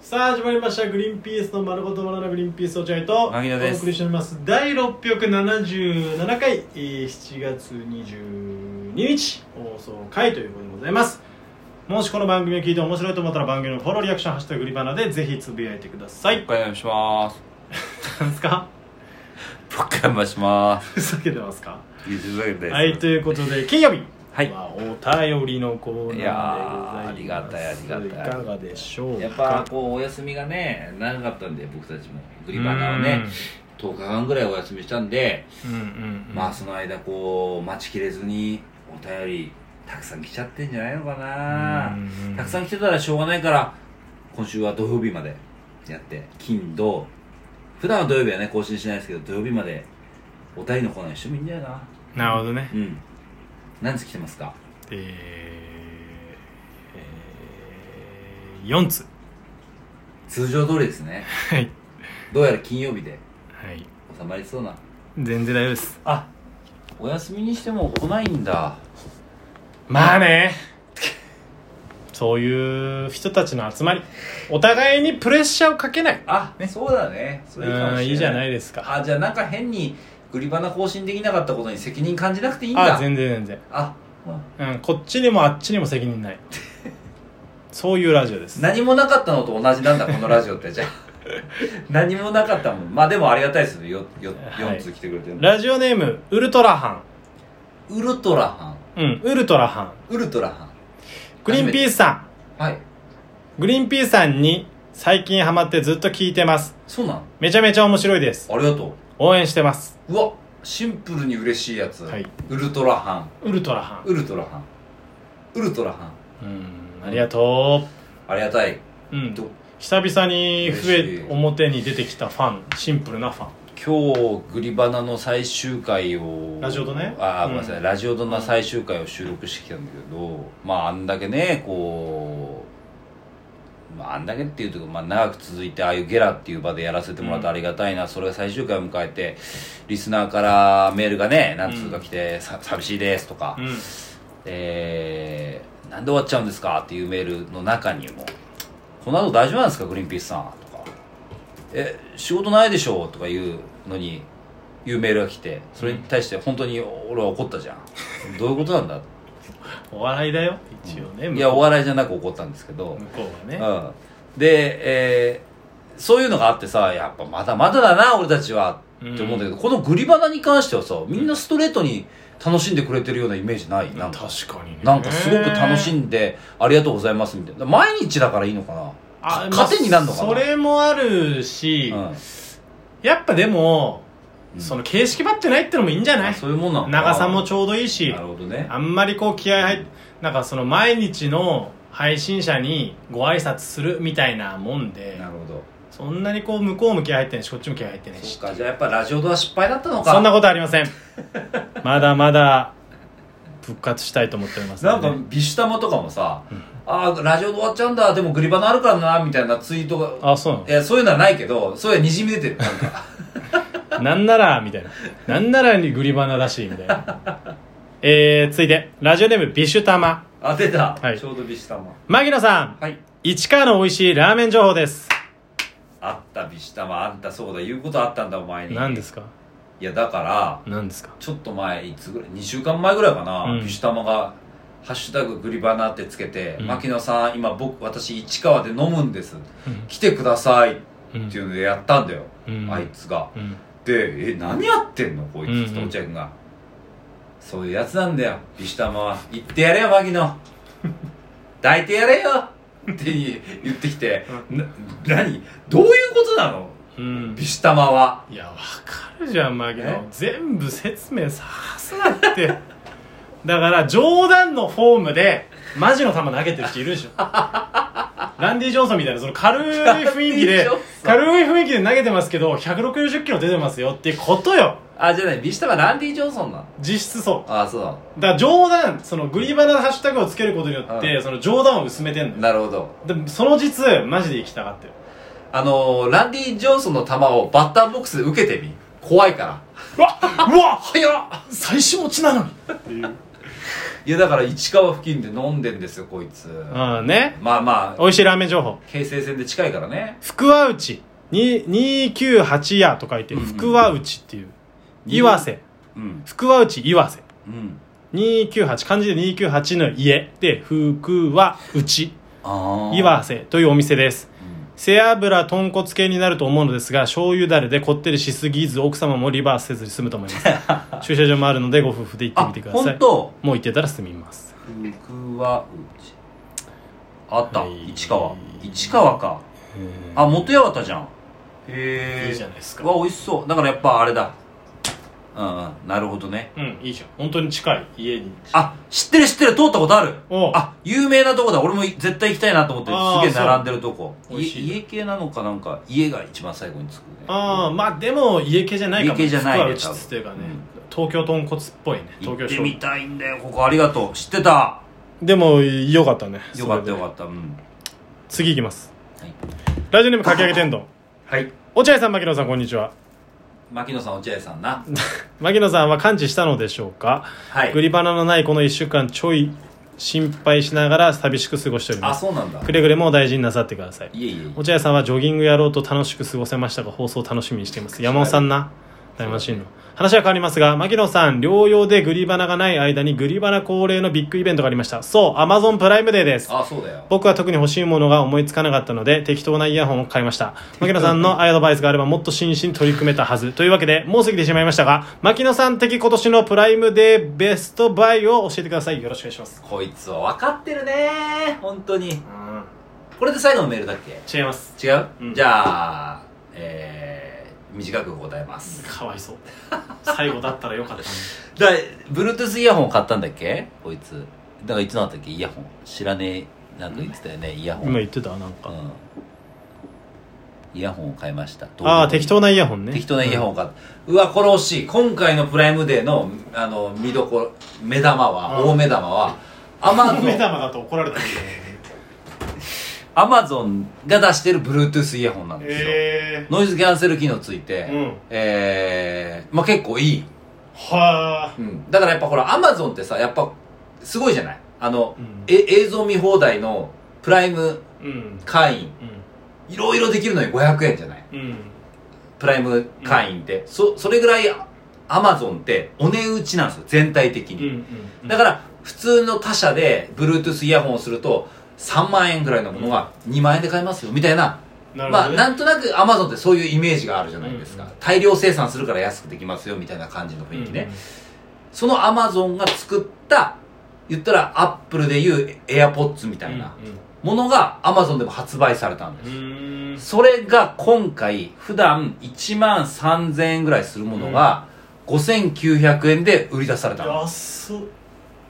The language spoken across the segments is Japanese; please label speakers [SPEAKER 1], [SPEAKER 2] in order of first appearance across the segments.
[SPEAKER 1] さあ始まりました「グリーンピースの丸ごとバナナグリーンピースお茶い」とお
[SPEAKER 2] 牧野
[SPEAKER 1] 送
[SPEAKER 2] です
[SPEAKER 1] りしております第677回、えー7月22日放送回ということでございますもしこの番組を聞いて面白いと思ったら番組のフォローリアクション「ハッシュタググリバナ」でぜひつぶやいてくだ さい
[SPEAKER 2] お願いします
[SPEAKER 1] 何ですか
[SPEAKER 2] 僕はましま
[SPEAKER 1] ふざけてますか
[SPEAKER 2] すいいですね
[SPEAKER 1] はいということ で金曜日
[SPEAKER 2] はい
[SPEAKER 1] お便りのコーナーでございます
[SPEAKER 2] いやーありがたいありがたい
[SPEAKER 1] かがでしょうか
[SPEAKER 3] やっぱこうお休みがね長かったんで僕たちもグリバナをね10日間ぐらいお休みしたんで、
[SPEAKER 1] うんうんうんうん
[SPEAKER 3] まあその間こう待ちきれずにお便りたくさん来ちゃってんじゃないのかな、たくさん来てたらしょうがないから今週は土曜日までやって金土普段は土曜日はね更新しないですけど土曜日までお便りのコーナー一緒もいいんだよな
[SPEAKER 1] なるほどね
[SPEAKER 3] うん何つ来てますか
[SPEAKER 1] えーえー、4つ
[SPEAKER 3] 通常通りですね
[SPEAKER 1] はい
[SPEAKER 3] どうやら金曜日で
[SPEAKER 1] はい
[SPEAKER 3] 収まりそうな
[SPEAKER 1] 全然大丈夫です
[SPEAKER 3] あお休みにしても来ないんだ
[SPEAKER 1] まあねそういう人たちの集まりお互いにプレッシャーをかけない
[SPEAKER 3] あ、そうだねそれいいかもしれ
[SPEAKER 1] う
[SPEAKER 3] なんい
[SPEAKER 1] いいじゃないですか
[SPEAKER 3] あじゃあなんか変にグリバナ更新できなかったことに責任感じなくていいんだ
[SPEAKER 1] あ全然全然、
[SPEAKER 3] あまあ
[SPEAKER 1] うん、こっちにもあっちにも責任 ないそういうラジオです
[SPEAKER 3] 何もなかったのと同じなんだこのラジオってじ ゃあ何もなかったもんまあでもありがたいですねよよ
[SPEAKER 1] はい
[SPEAKER 3] 4通来てくれてる、
[SPEAKER 1] ラジオネームウルトラハ
[SPEAKER 3] ウルトラハン
[SPEAKER 1] ンうんウルトラハン
[SPEAKER 3] ウルトラハン
[SPEAKER 1] グリーンピースさ
[SPEAKER 3] はい
[SPEAKER 1] んグリーンピースさんに最近ハマってずっと聞いてます
[SPEAKER 3] そうなの
[SPEAKER 1] めちゃめちゃ面白いです
[SPEAKER 3] ありがと
[SPEAKER 1] 応援してます
[SPEAKER 3] ううわシンプルに嬉しいやつ、
[SPEAKER 1] はい
[SPEAKER 3] ウルトラハン
[SPEAKER 1] ウルトラハン
[SPEAKER 3] ウルトラハンウルトラハン
[SPEAKER 1] うんありがと、
[SPEAKER 3] ありがたいう
[SPEAKER 1] うん
[SPEAKER 3] ど、
[SPEAKER 1] 久々に増
[SPEAKER 3] 嬉し
[SPEAKER 1] え
[SPEAKER 3] い
[SPEAKER 1] 表に出てきたファンシンプルなファン
[SPEAKER 3] 今日グリバナの最終回を
[SPEAKER 1] ラジオドね
[SPEAKER 3] あー
[SPEAKER 1] うん
[SPEAKER 3] ごめんなさい、ラジオドの最終回を収録してきたんだけどまああんだけねこう、まあ、あんだけっていうとまあ、長く続いてああいうゲラっていう場でやらせてもらって
[SPEAKER 1] うん
[SPEAKER 3] ありがたいな、それが最終回を迎えてリスナーからメールがね何通か来て、さ寂しいです」とか、
[SPEAKER 1] うん
[SPEAKER 3] えーなんで終わっちゃうんですか?」っていうメールの中にも「この後大丈夫なんですかグリーンピースさん」とか「え仕事ないでしょ?」とかいうのにいうメールが来てそれに対して本当に俺は怒ったじゃんどういうことなんだ
[SPEAKER 1] お笑いだよ一応ね、
[SPEAKER 3] いやお
[SPEAKER 1] 向こ
[SPEAKER 3] 笑いじゃなく怒ったんですけど
[SPEAKER 1] う、向こう
[SPEAKER 3] う
[SPEAKER 1] はね
[SPEAKER 3] ん、で、えーそういうのがあってさやっぱまだまだだな俺たちはって思うんだけど、このグリバナに関してはさみんなストレートに楽しんでくれてるようなイメージないなんか
[SPEAKER 1] 確かにね
[SPEAKER 3] なんかすごく楽しんで、ありがとうございますみたいな。毎日だからいいのかな
[SPEAKER 1] あ
[SPEAKER 3] か糧になるのかな
[SPEAKER 1] まあそれもあるし、
[SPEAKER 3] うん
[SPEAKER 1] やっぱでも、
[SPEAKER 3] うん
[SPEAKER 1] その形式ばってないってのもいいんじゃな
[SPEAKER 3] あ
[SPEAKER 1] い
[SPEAKER 3] そういうもんなのかな
[SPEAKER 1] 長さもちょうどいいし
[SPEAKER 3] なるほどね。
[SPEAKER 1] あんまりこう気合入っなんかその毎日の配信者にご挨拶するみたいなもんで
[SPEAKER 3] なるほど。
[SPEAKER 1] そんなにこう向こうも気合入ってないしこっちも気合入ってない
[SPEAKER 3] そ
[SPEAKER 1] し
[SPEAKER 3] うか、じゃあやっぱラジオドは失敗だったのか。
[SPEAKER 1] そんなことありま せんまだまだ復活したいと思っております
[SPEAKER 3] なん
[SPEAKER 1] ので
[SPEAKER 3] か
[SPEAKER 1] ね、
[SPEAKER 3] ビシュタマとかもさ、
[SPEAKER 1] うん
[SPEAKER 3] ああ、ラジオド終わっちゃうんだ、でもグリバナあるからな、みたいなツイートが。
[SPEAKER 1] あそう
[SPEAKER 3] いや、そういうのはないけど、そういうにじみ出てる。なん か
[SPEAKER 1] なのなんならみたいななんならにグリバナだしみたいな えー、続いてラジオネームビシュタマ
[SPEAKER 3] あ、出た、
[SPEAKER 1] はい
[SPEAKER 3] ちょうどビシュタマ。
[SPEAKER 1] 牧野さん
[SPEAKER 3] はい。
[SPEAKER 1] 市川の美味しいラーメン情報です
[SPEAKER 3] あった、ビシュタマ。あんたそうだ、言うことあったんだ、お前に。
[SPEAKER 1] 何ですか
[SPEAKER 3] いや、だから、
[SPEAKER 1] 何ですか
[SPEAKER 3] ちょっと前、いつぐらい、2週間前ぐらいかな、
[SPEAKER 1] うん
[SPEAKER 3] ビシュタマが、ハッシュタググリバナってつけて、
[SPEAKER 1] うん
[SPEAKER 3] 牧野さん、今僕、私、市川で飲むんです。
[SPEAKER 1] うん
[SPEAKER 3] 来てくださいっ
[SPEAKER 1] うん
[SPEAKER 3] ていうのでやったんだよ、
[SPEAKER 1] うん
[SPEAKER 3] あいつが。
[SPEAKER 1] うん
[SPEAKER 3] で、え、何やってんのこいつって、
[SPEAKER 1] うんうん
[SPEAKER 3] 落合君が。そういうやつなんだよ、ビシュタマは。言ってやれよ、牧野。 抱いてやれよって言ってきて、な、何どういうことなの
[SPEAKER 1] うん
[SPEAKER 3] ビシュタマは。
[SPEAKER 1] いやわかるじゃん牧野
[SPEAKER 3] え
[SPEAKER 1] 全部説明さすなって だから冗談のフォームでマジの球投げてる人いるで しょランディ・ジョンソンみたいなその軽い雰囲気
[SPEAKER 3] ランディジ
[SPEAKER 1] で
[SPEAKER 3] ョンソン
[SPEAKER 1] 軽い雰囲気で投げてますけど160キロ出てますよってことよ
[SPEAKER 3] あ、じゃない、ビシュタマランディ・ジョンソンなの。
[SPEAKER 1] 実質そ
[SPEAKER 3] あ、そうなの。
[SPEAKER 1] うだから冗談そのグリバナのハッシュタグをつけることによって、
[SPEAKER 3] う
[SPEAKER 1] その冗談を薄めてんのよ
[SPEAKER 3] なるほど。
[SPEAKER 1] でその実マジで行きたがってる
[SPEAKER 3] あのー、ランディ・ジョンソンの球をバッターボックスで受けてみ。怖いから。
[SPEAKER 1] うわうわ
[SPEAKER 3] 早っ
[SPEAKER 1] 最初持ちなのにっていう
[SPEAKER 3] いやだから市川付近で飲んでんですよこいつ
[SPEAKER 1] うんね
[SPEAKER 3] まあまあ
[SPEAKER 1] 美味しいラーメン情報
[SPEAKER 3] 京成線で近いからね
[SPEAKER 1] 福和内に298屋と書いて
[SPEAKER 3] うんうん
[SPEAKER 1] 福和内っていう
[SPEAKER 3] に
[SPEAKER 1] 岩瀬
[SPEAKER 3] うん
[SPEAKER 1] 福和内岩瀬
[SPEAKER 3] うん
[SPEAKER 1] 298漢字で298の家で福和内
[SPEAKER 3] ああ
[SPEAKER 1] 岩瀬というお店です
[SPEAKER 3] うん
[SPEAKER 1] 背脂豚骨系になると思うのですが醤油だれでこってりしすぎず奥様もリバースせずに済むと思います 駐車場もあるのでご夫婦で行って
[SPEAKER 3] あ
[SPEAKER 1] みてくださ
[SPEAKER 3] 本
[SPEAKER 1] い
[SPEAKER 3] 当。
[SPEAKER 1] もう行ってたら済みます
[SPEAKER 3] 福は内あった、
[SPEAKER 1] はい
[SPEAKER 3] 市川市川かあ元八幡じゃんへえ
[SPEAKER 1] いいじゃないですか
[SPEAKER 3] わ美味しそうだからやっぱあれだうんうんなるほどね
[SPEAKER 1] うんいいじゃん本当に近い家に
[SPEAKER 3] あ知ってる知ってる通ったことある
[SPEAKER 1] おう
[SPEAKER 3] あ有名なとこだ俺も絶対行きたいなと思って
[SPEAKER 1] あー
[SPEAKER 3] すげえ並んでるとこ
[SPEAKER 1] そう美味しい
[SPEAKER 3] 家家系なのかなんか家が一番最後につくね
[SPEAKER 1] ああまあでも家系じゃないかも
[SPEAKER 3] 家系じゃないね
[SPEAKER 1] 福は内っつっていうかね、東京豚骨っぽいね東京
[SPEAKER 3] 行って
[SPEAKER 1] 醤
[SPEAKER 3] み
[SPEAKER 1] 油
[SPEAKER 3] たいんだよここありがとう知ってた
[SPEAKER 1] でもよかったね
[SPEAKER 3] よかったよ
[SPEAKER 1] っ
[SPEAKER 3] かったうん
[SPEAKER 1] た次いきます
[SPEAKER 3] はい
[SPEAKER 1] ラジオネームかき揚げ天丼
[SPEAKER 3] はい
[SPEAKER 1] 落合さん牧野さんこんにちは
[SPEAKER 3] 牧野さん落合さ んな
[SPEAKER 1] 牧野さんは完治したのでしょうか
[SPEAKER 3] はい
[SPEAKER 1] グリバナのないこの1週間ちょい心配しながら寂しく過ごしておりま
[SPEAKER 3] あ
[SPEAKER 1] す
[SPEAKER 3] そうなんだ
[SPEAKER 1] くれぐれもお大事になさってください
[SPEAKER 3] いえいえいえ
[SPEAKER 1] 落合さんはジョギングやろうと楽しく過ごせましたが放送を楽しみにしています山尾さんな
[SPEAKER 3] はい
[SPEAKER 1] 大魔神の話は変わりますが牧野さん療養でグリバナがない間にグリバナ恒例のビッグイベントがありましたそうアマゾンプライムデーです
[SPEAKER 3] あそうだよ
[SPEAKER 1] 僕は特に欲しいものが思いつかなかったので適当なイヤホンを買いました牧野さんのアドバイスがあればもっと真摯に取り組めたはずというわけでもう過ぎてしまいましたが牧野さん的今年のプライムデーベストバイを教えてくださいよろしくお願いします
[SPEAKER 3] こいつは分かってるね本当にこれで最後のメールだっけ
[SPEAKER 1] 違います
[SPEAKER 3] 違う、
[SPEAKER 1] うん
[SPEAKER 3] じゃあえー、短く答えます
[SPEAKER 1] かわいそう最後だったらよかった
[SPEAKER 3] だ Bluetooth イヤホン買ったんだっけこいつだからいつなんだっけイヤホン知らねえなんか言ってたよねイヤホン
[SPEAKER 1] 今
[SPEAKER 3] うん
[SPEAKER 1] 言ってたなんか、
[SPEAKER 3] イヤホンを買いました
[SPEAKER 1] ああ適当なイヤホンね
[SPEAKER 3] 適当なイヤホンを買った、うわこれ惜しい今回のプライムデーのあの見どころ目玉は、
[SPEAKER 1] うん
[SPEAKER 3] 大目玉はアマ
[SPEAKER 1] うん
[SPEAKER 3] ゾ
[SPEAKER 1] 目
[SPEAKER 3] ン
[SPEAKER 1] 玉だと怒られたみたいな
[SPEAKER 3] アマゾンが出してる Bluetooth イヤホンなんですよ、
[SPEAKER 1] ええ
[SPEAKER 3] ノイズキャンセル機能ついて、
[SPEAKER 1] うん
[SPEAKER 3] えー、まあ結構いい、
[SPEAKER 1] はあ
[SPEAKER 3] うん、だからやっぱほらアマゾンってさやっぱすごいじゃないあの、
[SPEAKER 1] うん
[SPEAKER 3] え映像見放題のプライム
[SPEAKER 1] うん
[SPEAKER 3] 会員いろいろできるのに500円じゃない
[SPEAKER 1] うんうん
[SPEAKER 3] プライム会員って、そそれぐらいアマゾンってお値打ちなんですよ全体的
[SPEAKER 1] うんう
[SPEAKER 3] に、
[SPEAKER 1] ん
[SPEAKER 3] だから普通の他社で Bluetooth イヤホンをすると3万円ぐらいのものが2万円で買えますよみたいな
[SPEAKER 1] なるほ
[SPEAKER 3] まあ、
[SPEAKER 1] どね、
[SPEAKER 3] なんとなくアマゾンってそういうイメージがあるじゃないですか、
[SPEAKER 1] うんうん
[SPEAKER 3] 大量生産するから安くできますよみたいな感じの雰囲気ね、そのアマゾンが作った言ったらアップルでいう AirPods み
[SPEAKER 1] う
[SPEAKER 3] た
[SPEAKER 1] んうん、
[SPEAKER 3] いなものがアマゾンでも発売されたんです、
[SPEAKER 1] うんうん
[SPEAKER 3] それが今回普段1万3000円ぐらいするものが5900円で売り出されたの
[SPEAKER 1] 安っ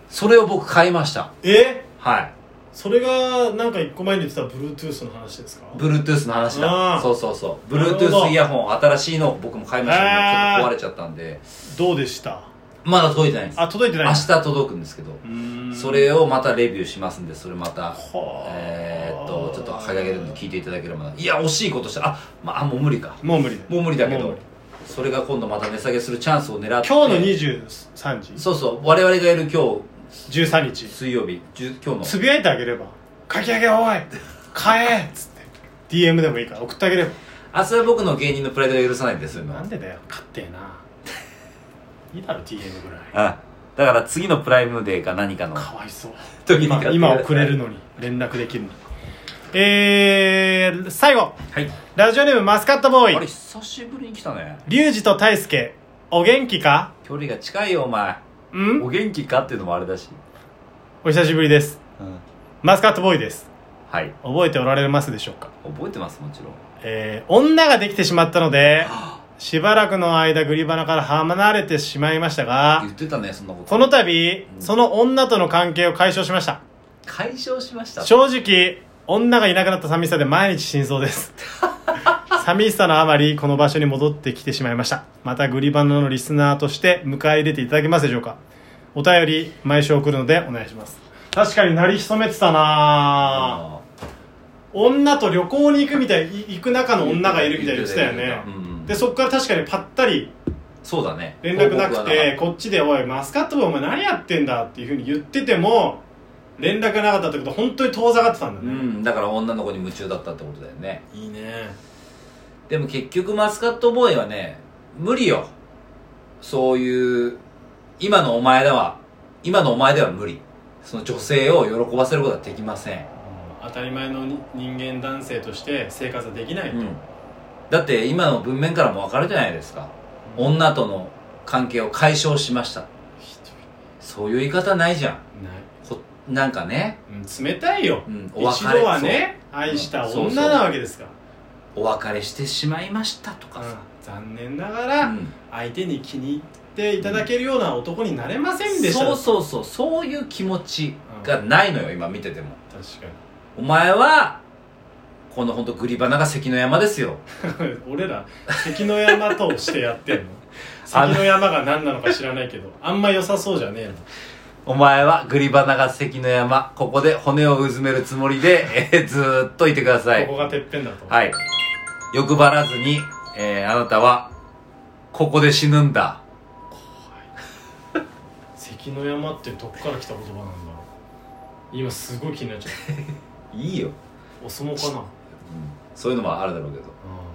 [SPEAKER 3] それを僕買いました
[SPEAKER 1] え
[SPEAKER 3] はい
[SPEAKER 1] それがなんか一個前に言ってた Bluetooth の話ですか
[SPEAKER 3] Bluetooth の話
[SPEAKER 1] あ
[SPEAKER 3] だ
[SPEAKER 1] ー
[SPEAKER 3] そうそうそう
[SPEAKER 1] なるほど
[SPEAKER 3] Bluetooth イヤホン新しいの僕も買いましたけど
[SPEAKER 1] あー
[SPEAKER 3] ちょっと壊れちゃったんで
[SPEAKER 1] どうでした
[SPEAKER 3] まだ届いてないんです
[SPEAKER 1] あ届いてない
[SPEAKER 3] 明日届くんですけど
[SPEAKER 1] うーん
[SPEAKER 3] それをまたレビューしますんでそれまた
[SPEAKER 1] はあ
[SPEAKER 3] えーっとちょっとはげるんで聞いていただければないや惜しいことしたあまああもう無理か
[SPEAKER 1] もう無理だ
[SPEAKER 3] もう無理だけ
[SPEAKER 1] もう
[SPEAKER 3] ど
[SPEAKER 1] 無理
[SPEAKER 3] それが今度また値下げするチャンスを狙って
[SPEAKER 1] 今日の23時
[SPEAKER 3] そうそう我々がいる今
[SPEAKER 1] 13
[SPEAKER 3] 日
[SPEAKER 1] 日
[SPEAKER 3] 水曜日じゅ今日
[SPEAKER 1] つ
[SPEAKER 3] の
[SPEAKER 1] ぶやいてあげれば「かき上げおい買え!」っつって DM でもいいから送ってあげれば
[SPEAKER 3] 明日は僕の芸人のプライドが許さないんですよ
[SPEAKER 1] な
[SPEAKER 3] 今
[SPEAKER 1] んでだよ勝ってえないいだろ DM ぐらい
[SPEAKER 3] あだから次のプライムデーか何かの
[SPEAKER 1] かわいそう
[SPEAKER 3] 時に買っ
[SPEAKER 1] 今
[SPEAKER 3] てください
[SPEAKER 1] 今送れるのに連絡できるのにえー、最後
[SPEAKER 3] はい
[SPEAKER 1] ラジオネームマスカットボ
[SPEAKER 3] あ
[SPEAKER 1] ー
[SPEAKER 3] れ
[SPEAKER 1] イ
[SPEAKER 3] 久しぶりに来たね
[SPEAKER 1] リュウジと大輔お元気か
[SPEAKER 3] 距離が近いよお前
[SPEAKER 1] うん
[SPEAKER 3] お元気かっていうのもあれだし
[SPEAKER 1] お久しぶりです
[SPEAKER 3] うん
[SPEAKER 1] マスカットボーイです
[SPEAKER 3] はい
[SPEAKER 1] 覚えておられますでしょうか
[SPEAKER 3] 覚えてますもちろん
[SPEAKER 1] えー、女ができてしまったのでしばらくの間グリバナから離れてしまいましたが
[SPEAKER 3] 言ってたねそんなこと
[SPEAKER 1] この度
[SPEAKER 3] うん
[SPEAKER 1] その女との関係を解消しました
[SPEAKER 3] 解消しました
[SPEAKER 1] 正直女がいなくなった寂しさで毎日真相です 寂しさのあまりこの場所に戻ってきてしまいましたまたグリバナのリスナーとして迎え入れていただけますでしょうかお便り毎週送るのでお願いします確かになり潜めてたなぁ
[SPEAKER 3] あ
[SPEAKER 1] 女と旅行に行くみたいい行く中の女がいるみたいに言ってたよ
[SPEAKER 3] 言って
[SPEAKER 1] ね
[SPEAKER 3] た言ってたうんうん
[SPEAKER 1] でそこから確かにパッタリ
[SPEAKER 3] そうだね
[SPEAKER 1] 連絡なくて
[SPEAKER 3] 報告は
[SPEAKER 1] こっちで「おいマスカット部お前何やってんだ」っていうふうに言ってても連絡がなかったってことは本当に遠ざかってたんだ
[SPEAKER 3] う
[SPEAKER 1] ね、
[SPEAKER 3] んだから女の子に夢中だったってことだよね
[SPEAKER 1] いいね
[SPEAKER 3] でも結局マスカットボーイはね無理よそういう今のお前では今のお前では無理その女性を喜ばせることはできません、
[SPEAKER 1] 当たり前のに人間男性として生活はできない、
[SPEAKER 3] うん、だって今の文面からもわかるじゃないですか女との関係を解消しました
[SPEAKER 1] 一
[SPEAKER 3] そういう言い方ないじゃん
[SPEAKER 1] 人ない、
[SPEAKER 3] こなんかね、
[SPEAKER 1] うん、冷たいよ、
[SPEAKER 3] うん、お別
[SPEAKER 1] 一
[SPEAKER 3] れ
[SPEAKER 1] 度はね愛した
[SPEAKER 3] そうそう
[SPEAKER 1] 女なわけですから
[SPEAKER 3] そうお別れしてしまいましたとかさ、
[SPEAKER 1] 残念ながら
[SPEAKER 3] うん
[SPEAKER 1] 相手に気に入っていただけるような男になれませんでした、
[SPEAKER 3] そう
[SPEAKER 1] 確
[SPEAKER 3] そうそうそういう気持ちがないのよ今見ててもお前はこの本当グリバナが関の山ですよ
[SPEAKER 1] かに 俺ら関の山としてやって んの
[SPEAKER 3] あ
[SPEAKER 1] 関
[SPEAKER 3] の
[SPEAKER 1] の山が何なのか知らない けどあんま良さそうじゃねえの
[SPEAKER 3] お前はグリバナが関の山ここで骨をうずめるつもりで、えーずーっといてください
[SPEAKER 1] ここがてっぺんだと、
[SPEAKER 3] はい欲張らずに、えーあなたはここで死ぬんだ
[SPEAKER 1] 関の山ってどっから来た言葉なんだろう今すごい気になっちゃっ
[SPEAKER 3] いいよ、
[SPEAKER 1] たお相撲かな
[SPEAKER 3] そういうのもあるだろうけど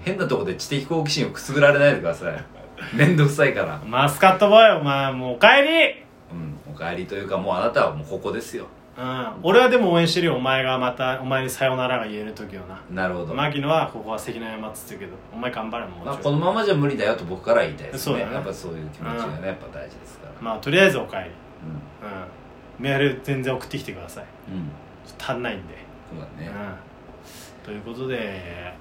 [SPEAKER 3] 変なとこで知的好奇心をくすぐられないでくださいめんどくさいから
[SPEAKER 1] マスカットボーイお前もうお帰り
[SPEAKER 3] うんお帰りというかもうあなたはもうここですよ
[SPEAKER 1] うん俺はでも応援してるよお前がまたお前にさよならが言える時をな
[SPEAKER 3] なるほど、
[SPEAKER 1] 牧野はここは関の山っつってるけどお前頑張れもう
[SPEAKER 3] まあ、
[SPEAKER 1] ち
[SPEAKER 3] こ
[SPEAKER 1] ょい
[SPEAKER 3] のままじゃ無理だよと僕からは言いたいです
[SPEAKER 1] そう
[SPEAKER 3] ね
[SPEAKER 1] だね
[SPEAKER 3] やっぱそういう気持ちがねやっぱ大事ですから、
[SPEAKER 1] まあとりあえずお帰りう
[SPEAKER 3] う
[SPEAKER 1] んメール全然送ってきてください
[SPEAKER 3] んうん
[SPEAKER 1] ちょっと足んないんで、
[SPEAKER 3] そうだ
[SPEAKER 1] う
[SPEAKER 3] ね、
[SPEAKER 1] んということで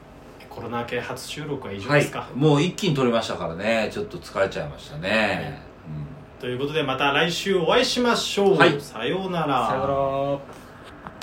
[SPEAKER 1] コロナ系初収録は以上ですか、
[SPEAKER 3] もう一気に撮りましたからねちょっと疲れちゃいましたね、うん
[SPEAKER 1] ということでまた来週お会いしましょう、
[SPEAKER 3] はい
[SPEAKER 1] さようなら
[SPEAKER 3] さよなら